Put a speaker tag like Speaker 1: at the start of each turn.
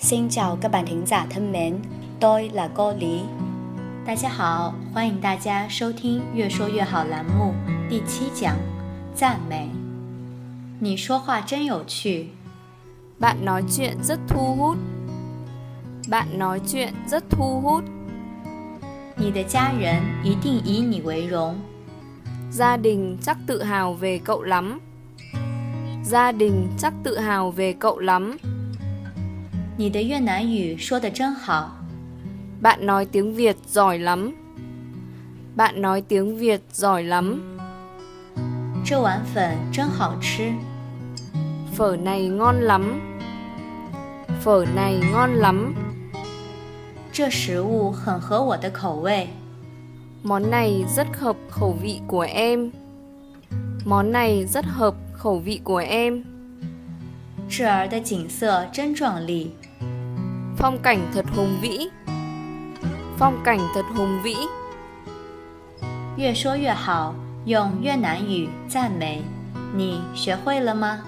Speaker 1: Xin chào các bạn thính giả thân mến, tôi là cô Lý.
Speaker 2: 大家好，欢迎大家收听《越说越好》栏目第七讲，赞美。你说话真有趣，
Speaker 3: Bạn nói chuyện rất thu hút. Bạn nói chuyện rất thu hút.
Speaker 2: 你的家人一定以你为荣，
Speaker 3: Gia đình chắc tự hào về cậu lắm. Gia đình chắc tự hào về cậu lắm.
Speaker 2: 你的越南语说得真好，
Speaker 3: Bạn nói tiếng Việt giỏi lắm. Bạn nói tiếng Việt giỏi lắm.
Speaker 2: 这碗粉真好吃，
Speaker 3: Phở này ngon lắm. Phở này ngon lắm.
Speaker 2: 这食物很合我的口味，
Speaker 3: Món này rất hợp khẩu vị của em. Món này rất hợp khẩu vị của em.
Speaker 2: 智儿的景色真壮丽，
Speaker 3: Phong cảnh thật hùng vĩ. Phong cảnh thật hùng vĩ.
Speaker 2: 越说越好，用越南语赞美。你学会了吗？